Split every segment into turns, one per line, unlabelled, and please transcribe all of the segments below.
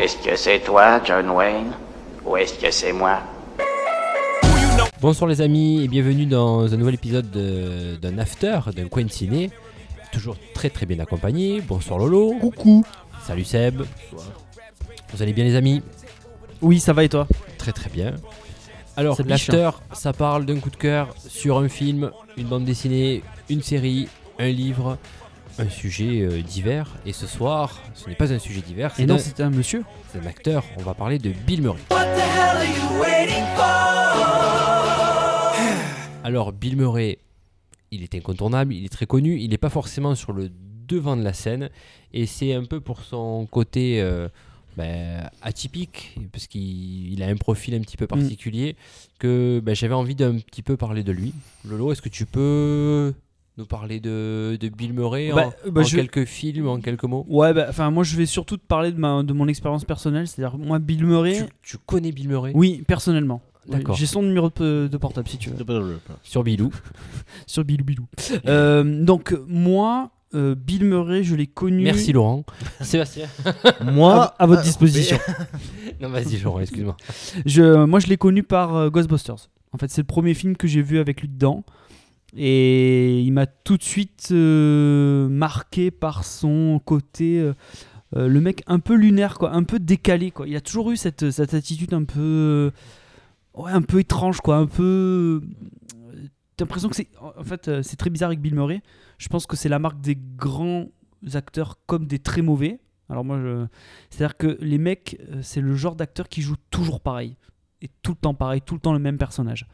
Est-ce que c'est toi, John Wayne Ou est-ce que c'est moi
Bonsoir les amis et bienvenue dans un nouvel épisode de- d'un after, d'un coin de ciné. Toujours très très bien accompagné. Bonsoir Lolo.
Coucou.
Salut Seb. Vous allez bien les amis
Oui, ça va et toi
Très très bien. Alors
Ça biche,
l'after, ça parle d'un coup de cœur sur un film, une bande dessinée, une série, un livre, un sujet euh, divers. Et ce soir, ce n'est pas un sujet divers,
Et
c'est
non,
un,
c'était un monsieur.
c'est un acteur. On va parler de Bill Murray. Alors Bill Murray, il est incontournable, il est très connu, il n'est pas forcément sur le devant de la scène, et c'est un peu pour son côté euh, ben, atypique, parce qu'il il a un profil un
Mm.
petit peu particulier, que ben, j'avais envie d'un petit peu parler de lui. Lolo, est-ce que tu peux nous parler de, de Bill Murray en-
Bah,
en,
bah, je-
quelques films, en quelques mots
Ouais, bah, enfin, moi, je vais surtout te parler de, ma, de mon expérience personnelle. C'est-à-dire, moi, Bill Murray.
tu, tu connais Bill Murray
Oui, personnellement. Oui,
D'accord.
J'ai son numéro de, de portable si tu veux.
hein.
Sur Bilou.
Sur Bilou Bilou. Euh, donc, moi, euh, Bill Murray, je l'ai connu.
Merci Laurent. Sébastien.
Moi,
À, à votre
euh,
disposition.
Non, vas-y Laurent, excuse-moi.
Je, moi, je l'ai connu par euh, Ghostbusters. En fait, c'est le premier film que j'ai vu avec lui dedans. Et il m'a tout de suite euh, marqué par son côté. euh, euh, le mec un peu lunaire, quoi, un peu décalé. Quoi. Il a toujours eu cette, cette attitude un peu. euh, ouais, un peu étrange, quoi. Un peu. euh, T'as l'impression que c'est. En fait, euh, c'est très bizarre avec Bill Murray. Je pense que c'est la marque des grands acteurs comme des très mauvais. Alors moi, je... c'est-à-dire que les mecs, euh, c'est le genre d'acteur qui joue toujours pareil. Et tout le temps pareil, tout le temps le même personnage.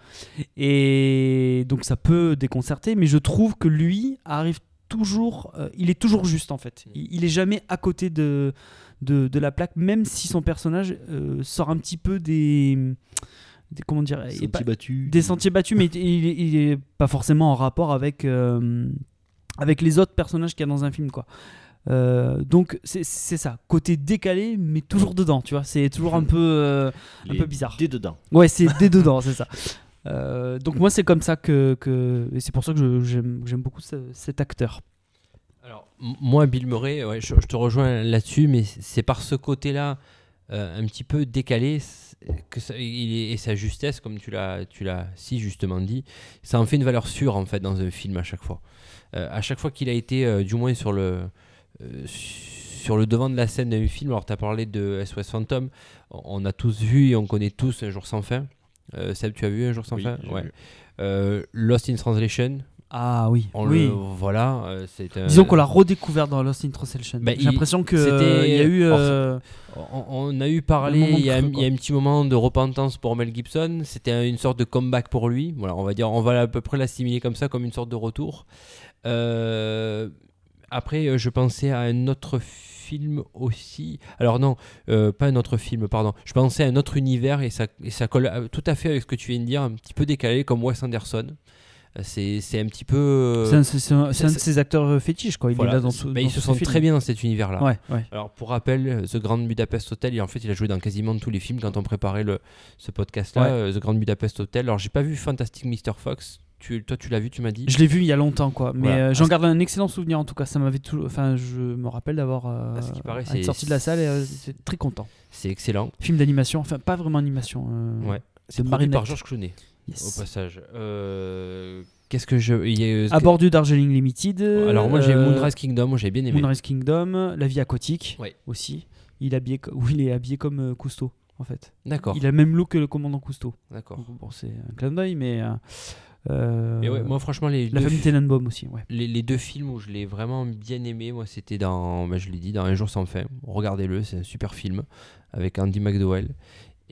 Et donc ça peut déconcerter, mais je trouve que lui arrive toujours, euh, il est toujours juste en fait. Il, il est jamais à côté de, de, de la plaque, même si son personnage euh, sort un petit peu des, des- comment dire, est
Sentier
pas-
battu.
des sentiers battus, mais il, il- il est pas forcément en rapport avec, euh, avec les autres personnages qu'il y a dans un film, quoi. Euh, donc c'est c'est ça, côté décalé, mais toujours dedans, tu vois. C'est toujours un peu, euh, un
Les
peu bizarre.
dés dedans.
Ouais, c'est dès dedans, c'est ça. Euh, donc moi c'est comme ça que, que et c'est pour ça que je- j'aime j'aime beaucoup ce- cet acteur.
Alors, m- moi, Bill Murray, ouais, je, je te rejoins là-dessus, mais c- c'est par ce côté-là, euh, un petit peu décalé, c- que ça- il est- et sa justesse, comme tu l'as, tu l'as si justement dit, ça en fait une valeur sûre, en fait, dans un film à chaque fois. Euh, à chaque fois qu'il a été, euh, du moins, sur le. euh, sur le devant de la scène d'un film, alors tu as parlé de SOS Phantom, on- on a tous vu et on connaît tous Un jour sans fin. Euh, Seb, tu as vu Un jour sans
Oui,
fin
j'ai vu.
Euh, Lost in Translation,
Ah oui.
on
oui.
le, voilà, euh, c'est un-
Disons qu'on l'a redécouvert dans Lost in Translation.
Bah,
J'ai
il-
l'impression que
c'était-
euh, il y a eu
Or,
euh,
On, on a eu
Un
parlé,
moment
il y, a,
creux,
il y
quoi.
a un petit moment de repentance pour Mel Gibson. C'était un- une sorte de comeback pour lui. Voilà, on va dire, on va à peu près l'assimiler comme ça, comme une sorte de retour. Euh, après, euh, je pensais à un autre film aussi. Alors non, euh, pas un autre film, pardon. Je pensais à un autre univers et ça, et ça colle euh, tout à fait avec ce que tu viens de dire, un petit peu décalé comme Wes Anderson. Euh, C'est c'est un petit peu... euh,
c'est un, c'est un- c'est un de
c'est-
ses acteurs euh, fétiches quoi. Il
voilà.
est là dans ce-
Mais
dans
ils se
ce
sentent
film.
très bien dans cet univers-là.
Ouais, ouais.
Alors pour rappel, euh, The Grand Budapest Hotel, il, en fait, il a joué dans quasiment tous les films quand on préparait le, ce podcast-là,
Ouais.
euh, The Grand Budapest Hotel. Alors j'ai pas vu Fantastic Mr. Fox. Tu, toi, tu l'as vu, tu m'as dit.
Je l'ai vu il y a longtemps, quoi. Mais
Voilà.
euh, j'en
Ah,
garde un excellent souvenir, en tout cas. Ça m'avait tout. Enfin, je me rappelle d'avoir. Euh,
À ce qui paraît,
être
c'est-
sorti de la salle et euh, c'est très content.
C'est excellent.
Film d'animation, enfin pas vraiment animation. euh,
Ouais. Oh, C'est produit
marionnette.
par Georges Clooney,
yes.
au passage. Euh, Qu'est-ce que je. il y a-
À bord du Darjeeling Limited.
Alors moi, j'ai
Ah, euh,
Moonrise Kingdom, moi, j'ai bien aimé.
Moonrise Kingdom, La vie aquatique
Ouais.
aussi. Il est habillé, co- où il est habillé comme euh, Cousteau, en fait.
D'accord,
Il a le même look que le commandant Cousteau.
d'accord.
Donc, Bon, c'est un clin d'œil, mais. euh, euh,
Mais ouais, moi, franchement, les
la
deux
famille
fi-
Tenenbaum aussi, ouais.
les, les deux films où je l'ai vraiment bien aimé, moi, c'était dans, bah, je l'ai dit, dans Un jour sans fin. Regardez-le, c'est un super film avec Andy McDowell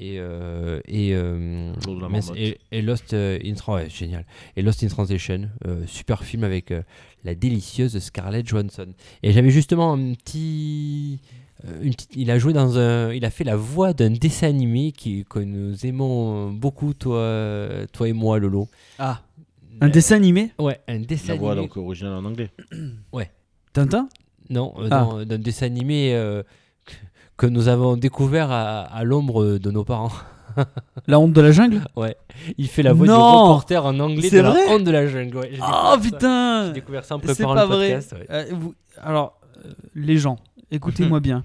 et euh, et, euh,
Jour de la
mince,
marmotte.
et, et Lost euh, in Tran- ouais, génial. Et Lost in Translation, euh, super film avec euh, la délicieuse Scarlett Johansson. Et j'avais justement un petit euh, une petite- il a joué dans un, il a fait la voix d'un dessin animé qui, que nous aimons beaucoup toi, toi et moi Lolo. Euh,
Ah, un dessin animé
Ouais, un dessin
La voix
animé
donc originale en anglais.
Tintin
Non, euh,
Ah.
dans- d'un dessin animé euh, que- que nous avons découvert à, à l'ombre de nos parents.
La honte de la jungle
Il fait la voix du
Non
reporter en anglais
C'est
de la
vrai
honte de la jungle. ouais, j'ai
Oh
découvert ça. J'ai
putain Euh,
découvert ça en
C'est
préparant
pas
le
vrai.
podcast. ouais.
Euh, vous- Alors, euh, les gens, écoutez-moi bien.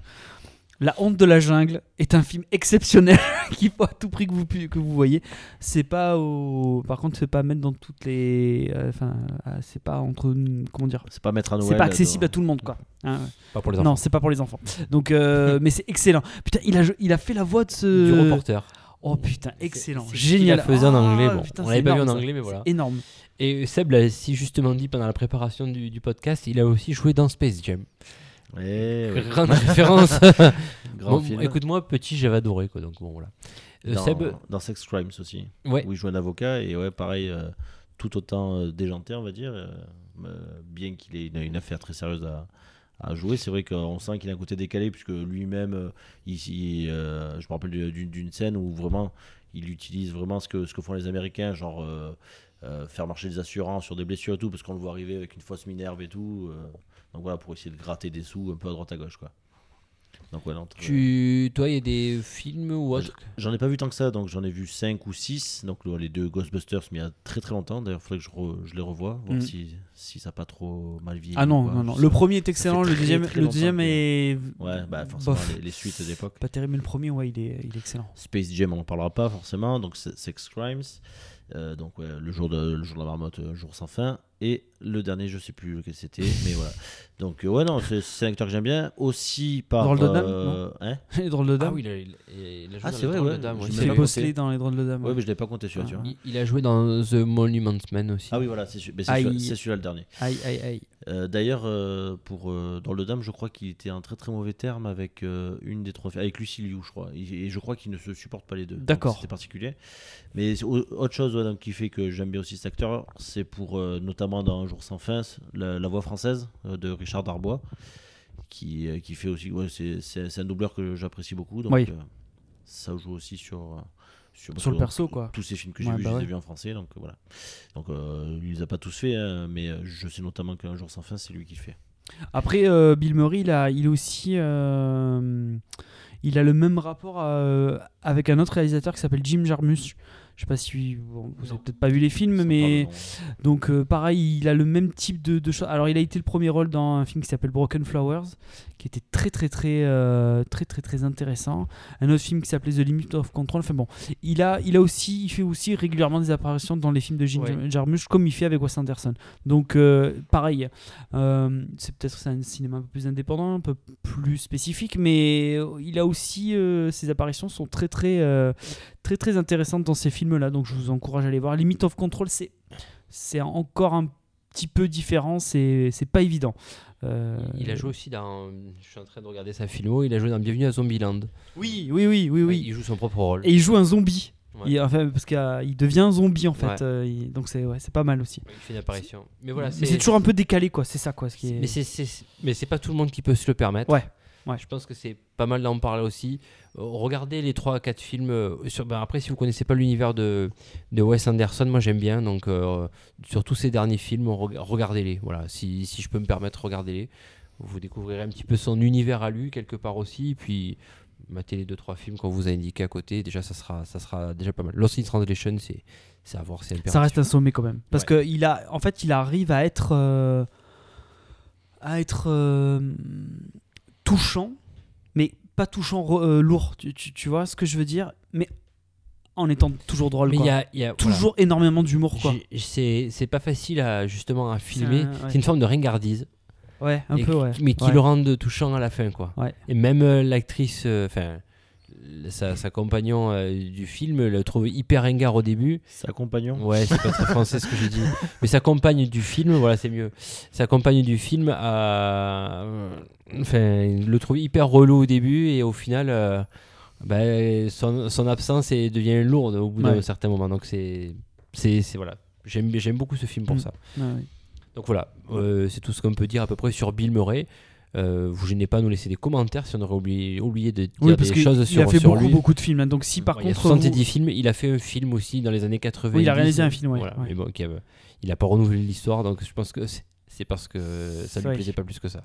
La honte de la jungle est un film exceptionnel qu'il faut à tout prix que vous, pu- que vous voyez. C'est pas au... Par contre, c'est pas à mettre dans toutes les... euh, Enfin, euh, c'est pas entre... Comment dire
C'est pas mettre à Noël. euh,
C'est pas accessible
dans-
à tout le monde, quoi. Hein, ouais.
Pas pour les enfants.
non, c'est pas pour les enfants. Donc, euh, mais c'est excellent. Putain, il a, il a fait la voix de ce...
Du reporter.
Oh putain, excellent,
C'est- c'est ce qu'il
génial.
la faisait en
Ah,
anglais, bon.
putain,
On
c'est
l'avait pas vu
énorme,
en
ça.
anglais, mais voilà.
C'est Énorme.
Et Seb l'a si justement dit pendant la préparation du, du podcast, il a aussi joué dans Space Jam.
Eh oui,
Grande référence.
grand
Bon,
film.
Écoute-moi, petit, j'avais adoré quoi. Donc bon voilà. Euh,
dans,
Seb,
dans Sex Crimes aussi,
Ouais.
où il joue un avocat et ouais, pareil, euh, tout autant euh, déjanté, on va dire. euh, euh, bien qu'il ait une, une affaire très sérieuse à, à jouer, c'est vrai qu'on sent qu'il a un côté décalé puisque lui-même, euh, il- il, euh, je me rappelle du- d'une d'une scène où vraiment il utilise vraiment ce que ce que font les Américains, genre. euh, euh, faire marcher les assurances sur des blessures et tout, parce qu'on le voit arriver avec une fausse minerve et tout. euh, donc voilà, pour essayer de gratter des sous un peu à droite à gauche, quoi. Donc voilà, entre-
tu, toi, il y a des films ou autre
J'en ai pas vu tant que ça, donc j'en ai vu 5 ou 6. Donc le- les deux Ghostbusters, mais il y a très très longtemps. D'ailleurs, il faudrait que je, re- je les revoie, voir
Mm.
si, si ça n'a pas trop mal vieilli.
Ah non,
ou quoi,
non,
je
non.
sais
Le
pas.
premier est excellent,
fait
le
très,
deuxième,
très
le
longtemps
deuxième
que-
est.
Ouais, bah forcément,
bof.
les, les suites d'époque.
Pas terrible, mais le premier, ouais, il est, il est excellent.
Space Jam, on en parlera pas forcément. Donc c'est Sex Crimes. Euh, donc ouais, le, jour de, le jour de la marmotte, euh, jour sans fin. Et le dernier, je sais plus lequel c'était, mais voilà. Donc euh, ouais, non, c'est c'est un acteur que j'aime bien. Aussi par.
Drôle de dame,
euh, hein
les drôles de
Ah
dame.
oui, il a, il- il a joué
Ah,
dans
c'est
le
vrai,
Drôle
ouais.
de Dame,
Je
ouais.
me
Il
c'est
a-
l'avais
Bosley dans les drôles de dame.
Ouais, mais je l'ai pas compté celui-là,
Ah.
tu vois.
il- Il a joué dans The Monument Man aussi.
Ah oui, voilà, c'est celui- mais c'est
Aïe.
celui-là c'est celui-là le dernier.
Aïe, aïe, aïe.
Euh, D'ailleurs, euh, pour euh, dans le Dame, je crois qu'il était en très très mauvais terme avec euh, une des trois filles, avec Lucie Liu, je crois. Et, et je crois qu'ils ne se supportent pas les deux. Donc,
D'accord.
C'était particulier. Mais c'est au- autre chose ouais, donc, qui fait que j'aime bien aussi cet acteur, c'est pour euh, notamment dans Un jour sans fin, c- la, la voix française euh, de Richard Darbois, qui, euh, qui fait aussi. ouais, c'est- c'est c'est un doubleur que j'apprécie beaucoup. Donc,
Oui.
euh, ça joue aussi sur. euh,
Sur le
parce que-
perso, quoi.
tous ces films que
Ouais,
j'ai vus,
bah
je les
ouais.
ai vus en français, donc euh, voilà. Donc euh, il les a pas tous fait, hein, mais euh, je sais notamment qu'un jour sans fin, c'est lui qui le fait.
Après, euh, Bill Murray, il a, il a aussi. euh, il a le même rapport euh, avec un autre réalisateur qui s'appelle Jim Jarmusch. Je sais pas si bon, vous avez peut-être pas vu les films,
Ça
mais.
parle de-
Donc euh, pareil, il a le même type de, de choses. Alors il a été le premier rôle dans un film qui s'appelle Broken Flowers, qui était très très très euh, très très très intéressant. Un autre film qui s'appelait The Limit of Control. Enfin bon, il a il a aussi il fait aussi régulièrement des apparitions dans les films de Jim
Ouais.
Jarmusch, comme il fait avec Wes Anderson. Donc euh, pareil, euh, c'est peut-être c'est un cinéma un peu plus indépendant, un peu plus spécifique, mais euh, il a aussi euh, ses apparitions sont très très euh, très très intéressantes dans ces films là. Donc je vous encourage à les voir. Limit of Control, c'est c'est encore un petit peu différent, c'est c'est pas évident. Euh,
Il- Il a joué aussi dans. Je suis en train de regarder sa filmo. Il a joué dans Bienvenue à Zombieland.
Oui, oui, oui, oui,
Ouais,
oui.
Ah, Il joue son propre rôle.
Et il joue un zombie.
Ouais.
Il- enfin, parce qu'il il devient un zombie en fait.
Ouais.
Euh, il- donc c'est ouais, c'est pas mal aussi.
Il fait une apparition. Mais voilà,
Mais c'est toujours un peu décalé quoi. C'est ça quoi. Ce qui est...
Mais c'est- c'est mais c'est pas tout le monde qui peut se le permettre.
Ouais, ouais.
Je pense que c'est pas mal d'en parler aussi. Euh, Regardez les 3 à 4 films. euh, sur- ben après, si vous connaissez pas l'univers de, de Wes Anderson, moi j'aime bien. Donc, euh, sur tous ces derniers films, reg- regardez-les. Voilà, si, si je peux me permettre, regardez-les. Vous découvrirez un petit peu son univers à lui, quelque part aussi. Puis, matez les 2-3 films qu'on vous a indiqués à côté. Déjà, ça sera, ça sera déjà pas mal. Lost in Translation, c'est c'est à voir, c'est impératif.
ça reste un sommet quand même. Parce que il a, en fait, il arrive à être euh, à être euh, touchant, mais pas touchant re- euh, lourd. Tu, tu- tu vois ce que je veux dire Mais en étant toujours drôle.
Mais il
quoi.
y a, il y a- voilà.
toujours énormément d'humour quoi.
J'ai- C'est c'est pas facile à justement à filmer.
un- ouais.
C'est une forme de ringardise,
Ouais, un
Et
peu
qui-
ouais.
mais qui
Ouais.
le rendent touchant à la fin, quoi.
Ouais.
Et même euh, l'actrice, euh, enfin, le- sa, sa compagnon euh, du film le trouve hyper ringard au début.
Sa compagnon.
Ouais, c'est pas très français ce que j'ai dit. Mais sa compagne du film, voilà, c'est mieux. Sa compagne du film a, enfin, le trouve hyper relou au début et au final. euh, ben, son, son absence est- devient lourde au bout d'un
Ouais.
certain moment. Donc, c'est. c'est c'est- voilà. J'aime j'aime beaucoup ce film pour
Mm.
ça.
Ouais, ouais.
Donc voilà, euh, c'est tout ce qu'on peut dire à peu près sur Bill Murray. Euh, vous gênez pas à nous laisser des commentaires si on aurait oublié, oublié de dire
Oui, parce
des choses
qu'il
sur,
a fait
sur
beaucoup,
lui.
beaucoup de films. hein. Donc, si par
Ouais, il y a
contre.
70
vous-
films, il a fait un film aussi dans les années 80.
Oui, il a réalisé un film, ouais,
Voilà,
ouais.
mais bon, qui a- il a pas renouvelé l'histoire, donc je pense que c'est- c'est parce que ça
C'est
lui
vrai.
plaisait pas plus que ça.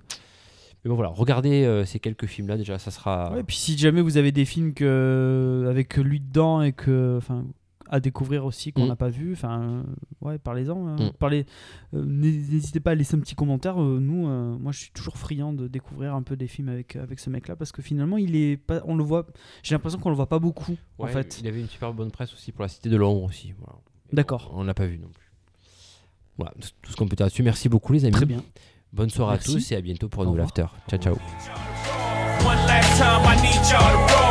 Mais bon, voilà, regardez euh, ces quelques films-là déjà, ça sera.
Ouais, puis si jamais vous avez des films que... avec lui dedans et que. Enfin, à découvrir aussi qu'on
Mm.
n'a pas vu. Enfin, euh, ouais, parlez-en. hein.
Mm.
Parlez, euh, n'hé- N'hésitez pas à laisser un petit commentaire. Euh, nous, euh, moi, je suis toujours friand de découvrir un peu des films avec, avec ce mec-là parce que finalement, il est pas, on le voit. J'ai l'impression qu'on le voit pas beaucoup en
Ouais,
fait.
Il avait une super bonne presse aussi pour la Cité de l'Ombre aussi. voilà.
D'accord.
On l'a pas vu non plus. Voilà, tout- tout ce qu'on peut dire dessus. Merci beaucoup les amis.
Très bien.
Bonne soirée
Merci.
à tous et à bientôt pour un
Au
nouvel after. Ciao ciao.
One last time, I need y'all to roll.